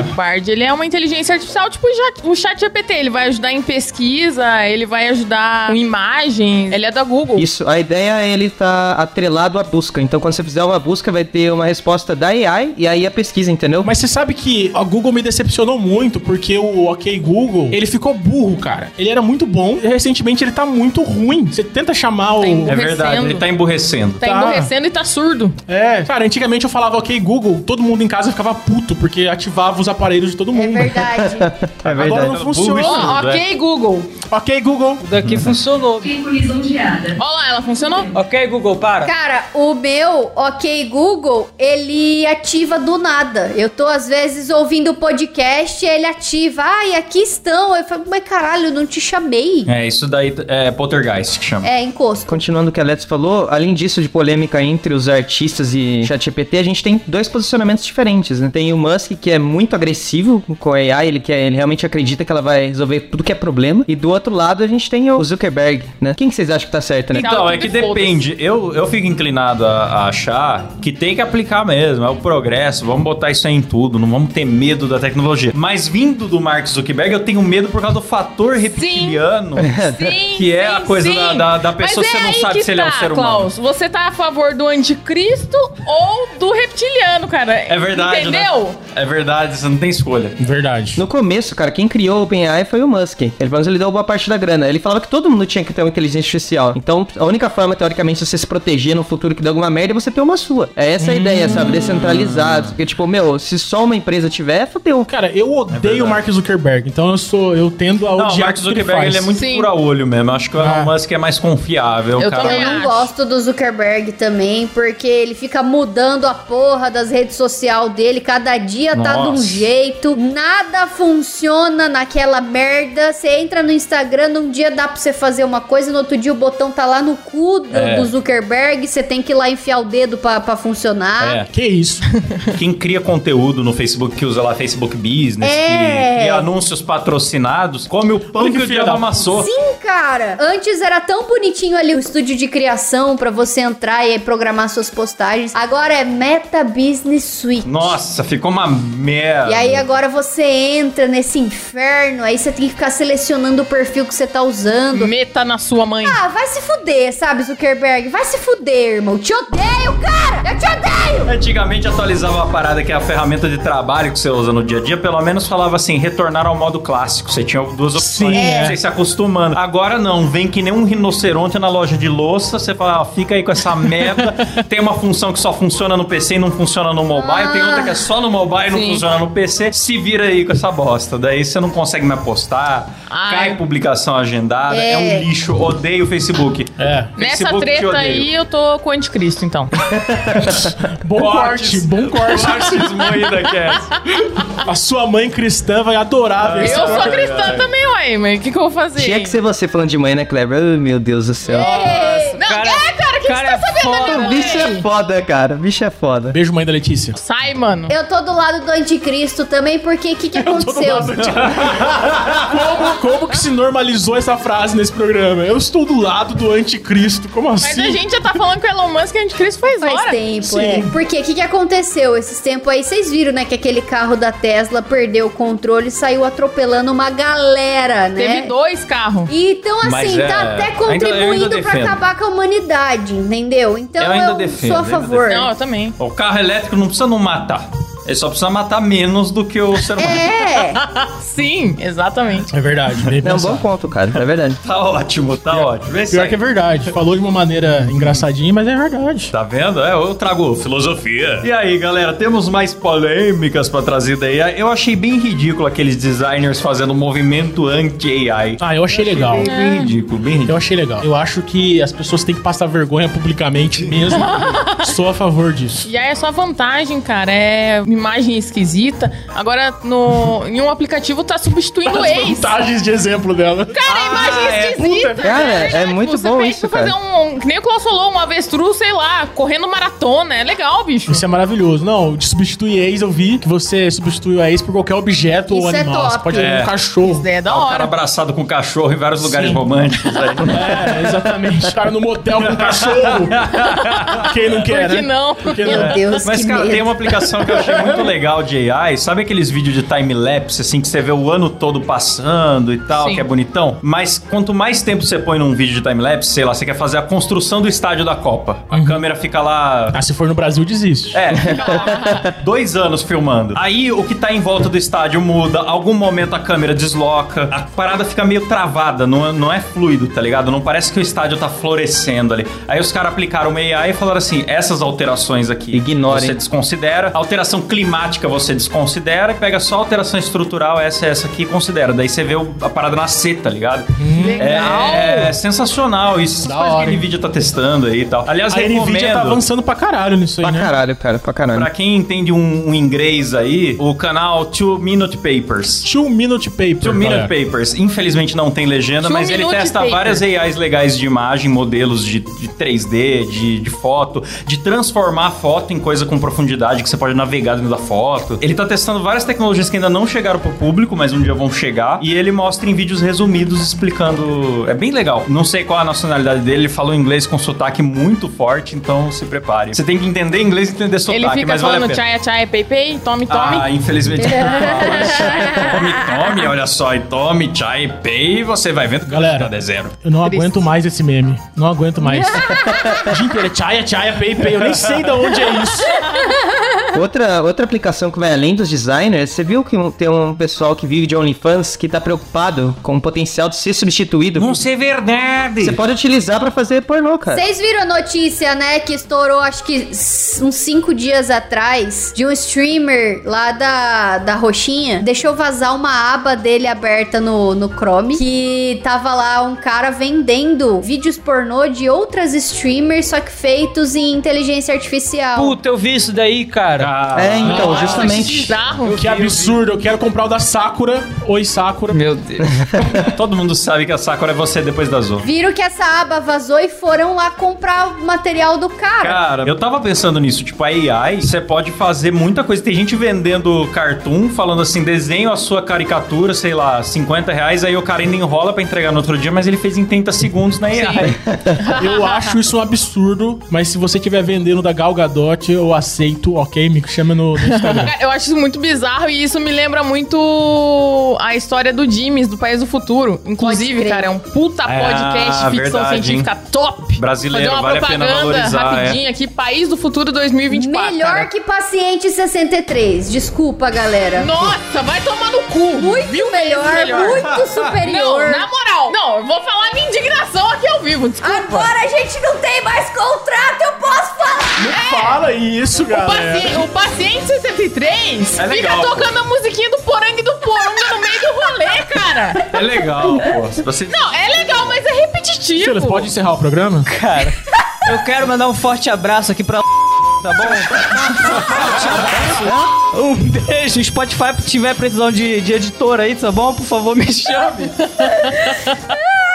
O Bard, ele é uma inteligência artificial, tipo já- o chat GPT. Ele vai ajudar em pesquisa, ele vai ajudar com imagens. Ele é da Google.
Isso, a ideia é ele tá atrelado à busca. Então quando você fizer uma busca, vai ter uma resposta da AI e aí a pesquisa, entendeu?
Mas você sabe que a Google me decepcionou muito, porque o OK Google, ele ficou burro, cara. Ele era muito bom e recentemente ele tá muito ruim. Você tenta chamar o.
Tem. né?
É verdade, ele tá emburrecendo.
Tá
Tá.
emborrecendo e tá surdo.
É. Cara, antigamente eu falava OK Google, todo mundo em casa ficava puto, porque ativava os aparelhos de todo
É
mundo.
verdade.
[LAUGHS] É
Agora não
Burro
funciona.
e
Ó,
surdo, é.
ok, Google.
OK Google. [LAUGHS]
Daqui funcionou.
Ó lá, ela funcionou.
Ok, Google, para.
Cara, o meu OK Google, ele ativa do nada. Eu tô, às vezes, ouvindo o podcast e ele ativa. Ah, e aqui estão. Eu falo, mas caralho, eu não te chamei.
É, isso daí é Poltergeist que chama.
É, encosto.
Continuando o que a Let's falou, além disso de polêmica entre os artistas e ChatGPT, a gente tem dois posicionamentos diferentes, né? Tem o Musk, que é muito agressivo com a AI, ele, quer, ele realmente acredita que ela vai resolver tudo que é problema. E do outro lado, a gente tem o Zuckerberg, né? Quem que vocês acham que tá certo, né?
Então, é que
Foda-se.
depende. Eu, eu fico inclinado a, a achar que tem que aplicar mesmo. É o progresso, vamos botar isso aí em tudo. Não vamos ter medo da tecnologia. Mas vindo do Mark Zuckerberg, eu tenho medo por causa do fator reptiliano.
Sim,
[LAUGHS] Que é
sim,
a coisa
sim.
da- da- da pessoa
Mas
que você não
aí
sabe
que
se ele é um
tá,
ser humano.
Klaus. Você tá a favor do anticristo ou do reptiliano, cara?
É verdade,
Entendeu?
né? É verdade, você não tem escolha.
Verdade.
No começo, cara, quem criou o OpenAI foi o Musk. Ele, pelo menos, ele deu boa parte da grana. Ele falava que todo mundo tinha que ter uma inteligência artificial. Então, a única forma, teoricamente, de você se proteger no futuro que dá alguma merda é você ter uma sua. É essa a ideia, sabe? Descentralizado. Porque, tipo, meu, se só uma empresa tiver, fodeu.
Cara, eu odeio o Mark Zuckerberg, então eu sou. Eu tendo a
Não,
odiar
o Mark
tudo que
Zuckerberg
ele, faz.
ele é muito
Sim.
pura olho mesmo. Eu acho que o Elon Musk é mais confiável,
Eu
cara.
também
Eu não
acho.
gosto do Zuckerberg também, porque ele fica mudando a porra das redes sociais dele. Cada dia tá de um
Nossa.
jeito. Nada funciona naquela merda. Você entra no Instagram, num dia dá pra você fazer uma coisa, no outro dia o botão tá lá no cu do,
É.
do Zuckerberg. Você tem que ir lá enfiar o dedo pra, pra funcionar.
É.
Que isso?
Quem cria conteúdo no Facebook, que usa lá Facebook Business,
É.
que cria anúncios patrocinados, come o pão
Olha
que,
que
o
filha
diabo
da-
amassou.
Sim, cara. Antes era tão bonitinho ali o estúdio de criação pra você entrar e aí programar suas postagens. Agora é Meta Business Suite.
Nossa, ficou uma merda.
E aí agora você entra nesse inferno, aí você tem que ficar selecionando o perfil que você tá usando.
Meta na sua mãe.
Ah, vai se fuder, sabe, Zuckerberg? Vai se fuder, irmão. Te odeio, cara! Eu te odeio!
Antigamente atualizava a parada que é a ferramenta de trabalho que você usa no dia a dia, pelo menos falava assim, retornar ao modo clássico. Você tinha duas opções,
Sim, é.
você se acostumando. Agora não, vem que nem um rinoceronte na loja de louça, você fala, "Ah, fica aí com essa
[LAUGHS]
merda. tem uma função que só funciona no PC e não funciona no mobile, tem outra que é só no mobile e não
Sim.
funciona no PC. Se vira aí com essa bosta. Daí você não consegue me apostar,
Ah,
Ai.
é.
cai publicação agendada, é.
É.
um lixo, odeio o Facebook. [LAUGHS]
É.
Nessa
Facebook te
treta
odeio.
aí, eu tô com o
[LAUGHS]
anticristo, então.
[LAUGHS] Bom corte,
Cortes.
bom corte.
Cortes moída, Cass.
A sua mãe cristã vai adorar ver
eu
esse
sou
corte.
cristã também, ué, mas o que, que eu vou fazer?
Tinha que ser você falando de mãe, né, Kleber? Ai, meu Deus do céu.
Não, é, cara, o que
cara,
você tá sabendo da
foda.
minha
O
mãe?
bicho é foda, cara. O bicho é foda.
Beijo, mãe da
[LAUGHS]
Letícia.
Sai, mano.
Eu tô do lado do anticristo também, porque o que, que aconteceu?
Como, como que se normalizou essa frase nesse programa? Eu estou do lado do anticristo, como
Mas
assim?
a gente já tá falando que o Elon Musk é anticristo faz,
Faz
hora.
tempo,
Sim.
é. Porque o que, que aconteceu esses tempos aí? Vocês viram, né, que aquele carro da Tesla perdeu o controle e saiu atropelando uma galera, né?
Teve dois carros.
Então,
Mas
assim,
é-
tá até
ainda- eu ainda
contribuindo pra
defendo.
acabar com a humanidade, entendeu? Então
Eu
eu,
ainda defendo,
sou a
ainda
favor.
Não, eu também.
O carro elétrico não precisa não matar. Ele só precisa matar menos do que o ser humano.
É,
[LAUGHS] Sim, exatamente.
É verdade, bem
É um
pensado.
bom ponto, cara. É verdade.
Tá ótimo, tá ótimo. É isso
Pior
aí.
que é verdade. Falou de uma maneira engraçadinha, mas é verdade.
Tá vendo? É, eu trago filosofia. E aí, galera, temos mais polêmicas pra trazer daí. Eu achei bem ridículo aqueles designers fazendo movimento anti-AI.
Ah, eu achei legal.
Bem ridículo, bem
Eu
ridículo.
achei legal. Eu acho que as pessoas têm que passar vergonha publicamente mesmo. Sou a favor disso.
E aí é só vantagem, cara. É uma imagem esquisita. Agora, no, em um aplicativo, tá substituindo o ex.
Vantagens de exemplo dela.
Cara, a imagem esquisita.
Cara, é
verdade.
muito
Você
bom
pede
isso,
pra fazer
cara.
Um, que nem o Klaus falou, um avestruz, sei lá, correndo maratona. É legal, bicho.
Isso é maravilhoso. Não, de substituir ex, eu vi que você substituiu a ex por qualquer objeto ou
Isso é
animal.
top.
Você pode ter
É.
um cachorro.
Isso daí é da
O cara
hora.
abraçado com o cachorro em vários lugares
Sim.
românticos
[LAUGHS]
aí.
É, exatamente. O cara no motel com um cachorro. Quem não quer,
Por
né?
que não?
Porque não.
meu Deus,
É. Mas,
que
cara,
medo.
tem uma aplicação que eu achei muito legal de AI. Sabe aqueles vídeos de time-lapse, assim, que você vê o ano todo passando e tal,
Sim.
que é bonitão? Mas quanto mais tempo você põe num vídeo de time-lapse, sei lá, você quer fazer a construção do estádio da Copa. A câmera fica lá...
Ah, se for no Brasil, desiste.
É, dois anos filmando. Aí o que tá em volta do estádio muda, algum momento a câmera desloca, a parada fica meio travada, não, é- não é fluido, tá ligado? Não parece que o estádio tá florescendo ali. Aí os caras aplicaram uma AI e falaram assim: essas alterações aqui
Ignorem.
você desconsidera, alteração climática você desconsidera, pega só a alteração estrutural, essa essa aqui e considera. Daí você vê o- a parada nascer, tá ligado?
Hum. Legal.
É, é sensacional isso.
Da
Faz
hora,
que a
hein?
NVIDIA tá testando aí e tal. Aliás,
A Nvidia tá
recomendo.
avançando pra caralho nisso
Pra
aí, né?
caralho, cara. Pra caralho.
Pra quem entende um, um inglês aí, o canal Two Minute Papers.
Two Minute Paper.
Two Minute
galera.
Papers. Infelizmente não tem legenda,
Two
mas ele
Minute
testa
Paper.
várias AIs legais de imagem, modelos de, de 3D, de, de foto, de transformar a foto em coisa com profundidade que você pode navegar dentro da foto. Ele tá testando várias tecnologias que ainda não chegaram pro público, mas um dia vão chegar. E ele mostra em vídeos resumidos explicando. É bem legal. Não sei qual a nacionalidade dele, ele falou inglês com sotaque muito forte, então se prepare. Você tem que entender inglês e entender sotaque,
Ele fica
mas vale a
falando
pena.
tchaia, tchaia, pei, pei, tome, tome.
Ah, infelizmente não fala isso. Tome, tome, olha só, e tome, chai, pay, você vai vendo que
Galera.
tá zero.
Eu não
Triste.
aguento mais esse meme. Não aguento mais. O dia inteiro é tchaia, tchaia, pei, pei. Eu nem sei de onde é isso.
Outra, outra aplicação que vai além dos designers, você viu que um- tem um pessoal que vive de OnlyFans que tá preocupado com o potencial de ser substituído?
Não ser verdade.
Você pode utilizar pra fazer pornô, cara.
Vocês viram a notícia, né, que estourou acho que s- uns cinco dias atrás de um streamer lá da, da Roxinha. Deixou vazar uma aba dele aberta no, no Chrome. Que tava lá um cara vendendo vídeos pornô de outras streamers, só que feitos em inteligência artificial.
Puta, eu vi isso daí, cara.
É, então,
Ah,
justamente.
Bizarro.
Que absurdo. Eu quero comprar o da Sakura. Oi, Sakura.
Meu Deus.
Todo mundo sabe que a Sakura é você depois da zona.
Viram que essa aba vazou e foram lá comprar o material do cara.
Cara, eu tava pensando nisso, tipo, a AI, você pode fazer muita coisa. Tem gente vendendo cartoon, falando assim, desenho a sua caricatura, sei lá, 50 reais, aí o cara ainda enrola pra entregar no outro dia, mas ele fez em 30 segundos na AI.
[LAUGHS]
Eu acho isso um absurdo. Mas se você estiver vendendo da Gal Gadot, eu aceito, ok? Me chama no, no [LAUGHS] Instagram.
Tipo,
Cara, Eu acho isso muito bizarro e isso me lembra muito a história do Jimes, do País do Futuro. Inclusive,
crer.
cara, é um puta
É,
podcast ficção
verdade, hein?
científica top.
Brasileiro,
Fazer uma
vale a pena
propaganda
valorizar, é.
rapidinha aqui, País do Futuro 2024.
Melhor
cara.
que paciente 63. Desculpa, galera.
Nossa, vai tomar no cu.
Muito
Mil vezes
melhor, muito
Não,
superior.
na moral. Não, eu vou falar minha indignação aqui ao vivo. Desculpa.
Agora a gente não tem mais contrato, eu posso falar!
Fala isso,
O paciente, o paciente 63
É
fica
legal, pô.
tocando a musiquinha do Porangue do Poronga no meio do rolê, cara.
é legal, pô. Se Você... [LAUGHS]
Não, é legal, mas é repetitivo.
Silas, pode encerrar o programa?
Cara,
Ah.
eu quero mandar um forte abraço aqui pra. [LAUGHS] Tá bom?
[LAUGHS]
Um beijo. Spotify, se tiver precisão de, de editor aí, tá bom? Por favor, me chame.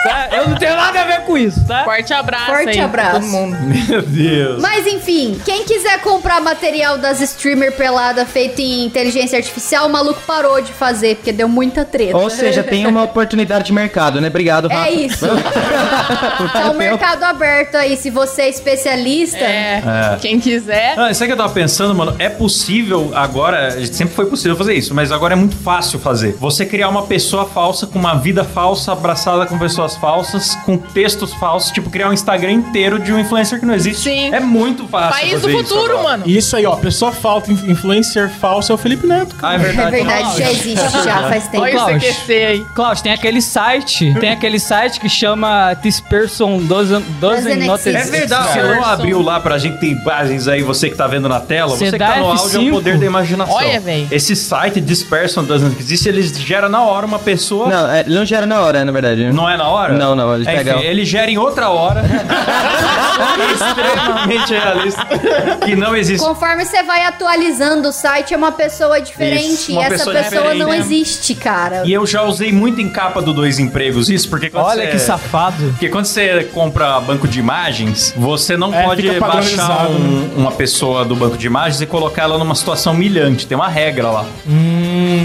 Tá? Eu não tenho nada a ver com isso, tá?
Forte abraço
Forte
aí pra
abraço.
todo mundo.
Meu Deus.
Mas enfim, quem quiser comprar material das streamer pelada feito em inteligência artificial, o maluco parou de fazer, porque deu muita treta.
Ou seja, tem uma oportunidade de mercado, né? Obrigado, Rafa.
É
[LAUGHS]
isso.
um
tá o mercado aberto aí, se você é especialista.
É, quem quiser.
Ah, sabe o que eu tava pensando, mano? É possível agora, sempre foi possível fazer isso, mas agora é muito fácil fazer. Você criar uma pessoa falsa com uma vida falsa abraçada com pessoas contas falsas, com textos falsos, tipo criar um Instagram inteiro de um influencer que não existe.
Sim.
É muito fácil.
País do
fazer isso
futuro,
agora.
mano.
E isso aí, ó, pessoa falta, inf- influencer falso é o Felipe Neto.
Ah, é verdade.
É verdade,
Nossa.
já existe, já faz tempo.
Olha o
Klaus.
CQC aí.
Klaus, tem aquele site, tem aquele site que chama This Person Doesn't, doesn't
Doesn't
Notice.
É verdade,
Sim.
você não abriu lá pra gente ter imagens aí, você que tá vendo na tela, você,
Você
que
dá
tá no áudio, é o
F5.
poder da imaginação.
Olha, véi.
Esse site Dispersion Doesn't Exist, ele gera na hora uma pessoa... Não.
Não, é, ele não gera na hora, na verdade.
é na hora?
Não, não, ele
É,
pega-
Enfim, ele gera em outra
[LAUGHS]
hora. extremamente realista. Que não existe.
Conforme você vai atualizando o site, é uma pessoa diferente.
Isso, uma
e essa
pessoa
pessoa,
diferente,
não
né?
existe, cara.
E eu já usei muito em capa do Dois Empregos isso, porque quando
Olha
você-
que safado.
Porque quando você compra banco de imagens, você não
É,
pode
fica
baixar
padronizado,
um- uma pessoa do banco de imagens e colocar ela numa situação humilhante. Tem uma regra lá.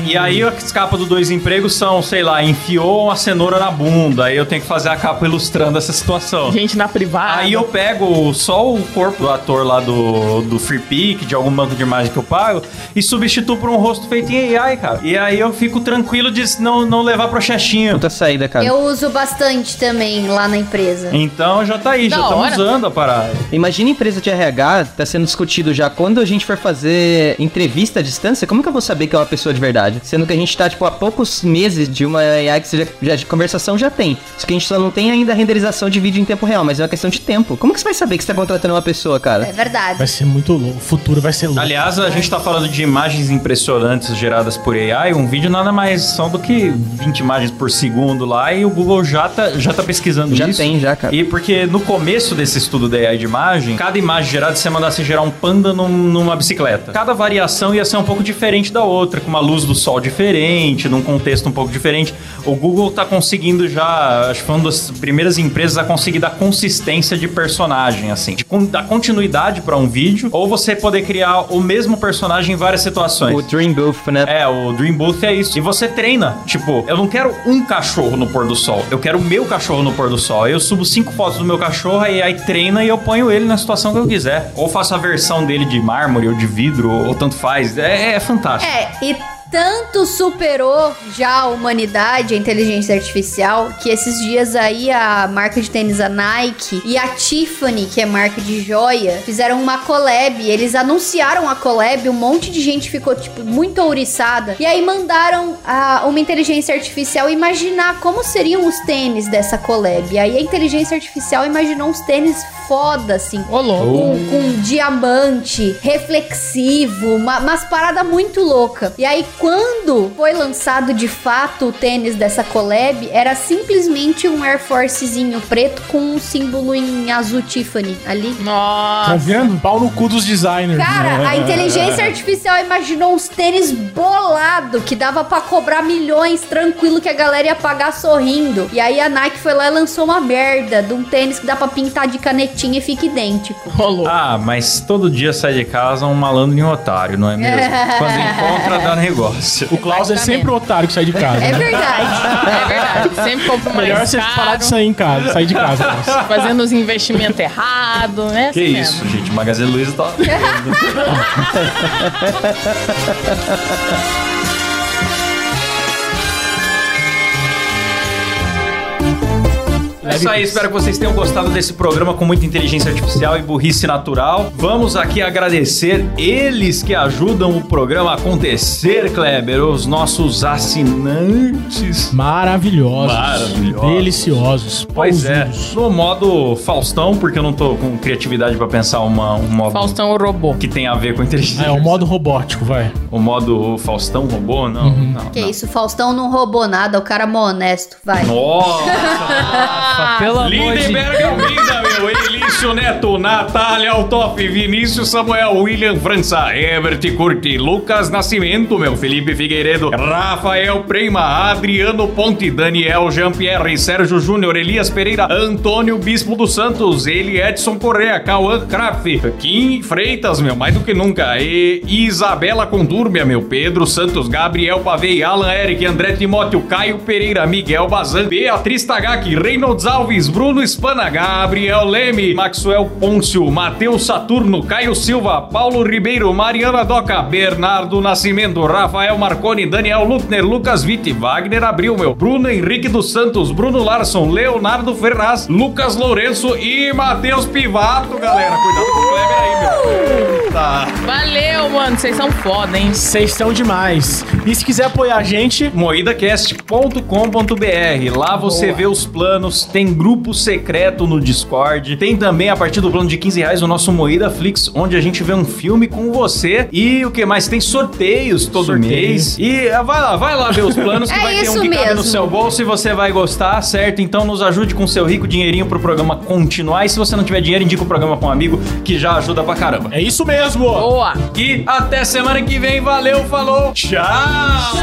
E aí as capas do Dois Empregos são, sei lá, enfiou uma cenoura na bunda. Aí eu tenho que fazer a capa ilustrando essa situação.
Gente na privada.
Aí eu pego só o corpo do ator lá do, do Free Pick, de algum banco de imagem que eu pago, e substituo por um rosto feito em AI, cara. E aí eu fico tranquilo de não, não levar pro chechinho.
Puta tá saída, cara.
Eu uso bastante também lá na empresa.
Então já tá aí, já
Da
estamos
hora.
usando a parada.
Imagina a empresa de RH, tá sendo discutido já. Quando a gente for fazer entrevista à distância, como que eu vou saber que é uma pessoa de verdade? Sendo que a gente tá, tipo, há poucos meses de uma AI que seja, já, de conversação já tem. Só que a gente só não tem ainda a renderização de vídeo em tempo real, mas é uma questão de tempo. Como que você vai saber que você tá contratando uma pessoa,
É
cara?
verdade.
Vai ser muito louco. O futuro vai ser louco.
Aliás, a gente tá falando de imagens impressionantes geradas por AI. Um vídeo nada mais são do que 20 imagens por segundo lá e o Google já tá, já tá pesquisando
Já
isso.
tem, já, cara.
E porque no começo desse estudo da AI de imagem, cada imagem gerada você mandasse gerar um panda num- numa bicicleta. Cada variação ia ser um pouco diferente da outra, com uma luz do sol diferente, num contexto um pouco diferente. O Google tá conseguindo já, acho que foi uma das primeiras empresas a conseguir dar consistência de personagem, assim, de con- dar continuidade para um vídeo, ou você poder criar o mesmo personagem em várias situações.
O Dream Booth, né?
É, o Dream Booth é isso. E você treina. Tipo, eu não quero um cachorro no pôr do sol. Eu quero o meu cachorro no pôr do sol. Aí Eu subo cinco fotos do meu cachorro e aí treina e eu ponho ele na situação que eu quiser. Ou faço a versão dele de mármore ou de vidro, ou, ou tanto faz. É, é fantástico.
É, e tanto superou já a humanidade, a inteligência artificial, que esses dias aí a marca de tênis, a Nike, e a Tiffany, que é marca de joia, fizeram uma collab. Eles anunciaram a collab, um monte de gente ficou, tipo, muito ouriçada. E aí mandaram a, uma inteligência artificial imaginar como seriam os tênis dessa collab. E aí a inteligência artificial imaginou uns tênis foda, assim,
Ô, louco.
com, com diamante, reflexivo, uma, umas paradas muito louca. E aí, quando foi lançado de fato o tênis dessa collab, era simplesmente um Air Forcezinho preto com um símbolo em azul Tiffany ali.
Tá
Nossa.
vendo? Pau no cu dos designers. É.
Cara, a inteligência artificial imaginou uns tênis bolado que dava pra cobrar milhões tranquilo que a galera ia pagar sorrindo. E aí a Nike foi lá e lançou uma merda de um tênis que dá pra pintar de canetinha e fica idêntico.
Ô, louco.
Ah, mas todo dia sai de casa um malandro e um otário, não é mesmo? Quando encontra, dá negócio.
O Klaus é sempre o otário que sai de casa.
É
né?
verdade.
É verdade. Sempre compro mais
Melhor você
caro,
parar de sair em casa, sair de casa, Klaus.
fazendo os investimentos errados, né?
Que
Assim
isso, gente. Magazine Luiza
[LAUGHS]
tá... É isso aí, espero que vocês tenham gostado desse programa com muita inteligência artificial e burrice natural. Vamos aqui agradecer eles que ajudam o programa a acontecer, Kleber, os nossos assinantes.
Maravilhosos.
Maravilhosos.
Deliciosos.
Pois é,
pausudos.
no modo Faustão, porque eu não tô com criatividade pra pensar uma, um modo
Faustão o robô.
que tem a ver com inteligência
Ah, É, o modo robótico, vai.
O modo Faustão robô? Não,
Uhum.
não.
Que
não.
isso, Faustão não roubou nada, o cara é mó honesto, vai. [LAUGHS]
Nossa!
Pelo amor de
Lindenberg Almeida, meu, Elício Neto, Natália Altop, Vinícius Samuel, William França, Ebert Curti, Lucas Nascimento, meu, Felipe Figueiredo, Rafael Prema, Adriano Ponte, Daniel Jean-Pierre, Sérgio Júnior, Elias Pereira, Antônio Bispo dos Santos, ele Edson Correa, Cauã Kraft, Kim Freitas, meu, mais do que nunca, e Isabela Condúrbia, meu, Pedro Santos, Gabriel Pavei, Alan Eric, André Timóteo, Caio Pereira, Miguel Bazan, Beatriz Tagaki, Reynolds Alves, Bruno Espana, Gabriel Leme, Maxwell Pôncio, Matheus Saturno, Caio Silva, Paulo Ribeiro, Mariana Doca, Bernardo Nascimento, Rafael Marconi, Daniel Luckner, Lucas Vitti, Wagner Abril, meu, Bruno Henrique dos Santos, Bruno Larson, Leonardo Ferraz, Lucas Lourenço e Matheus Pivato, galera. Cuidado com o Kleber aí, meu. Eita.
Valeu, mano. Vocês são foda, hein?
Vocês são demais. E se quiser apoiar a gente,
moidacast.com.br. Lá você vê os planos, tem grupo secreto no Discord, tem também a partir do plano de 15 reais o nosso Moída Flix, onde a gente vê um filme com você e o que mais? Tem sorteios todo
Sorteio.
mês. E ah, vai lá, vai lá ver os
[LAUGHS]
planos que
É
vai ter um
isso
que cabe no
mesmo.
seu bolso e você vai gostar, certo? Então nos ajude com seu rico dinheirinho pro programa continuar. E se você não tiver dinheiro, indica o programa pra um amigo que já ajuda pra caramba.
é isso mesmo.
Boa.
E até semana que vem, valeu, falou, tchau!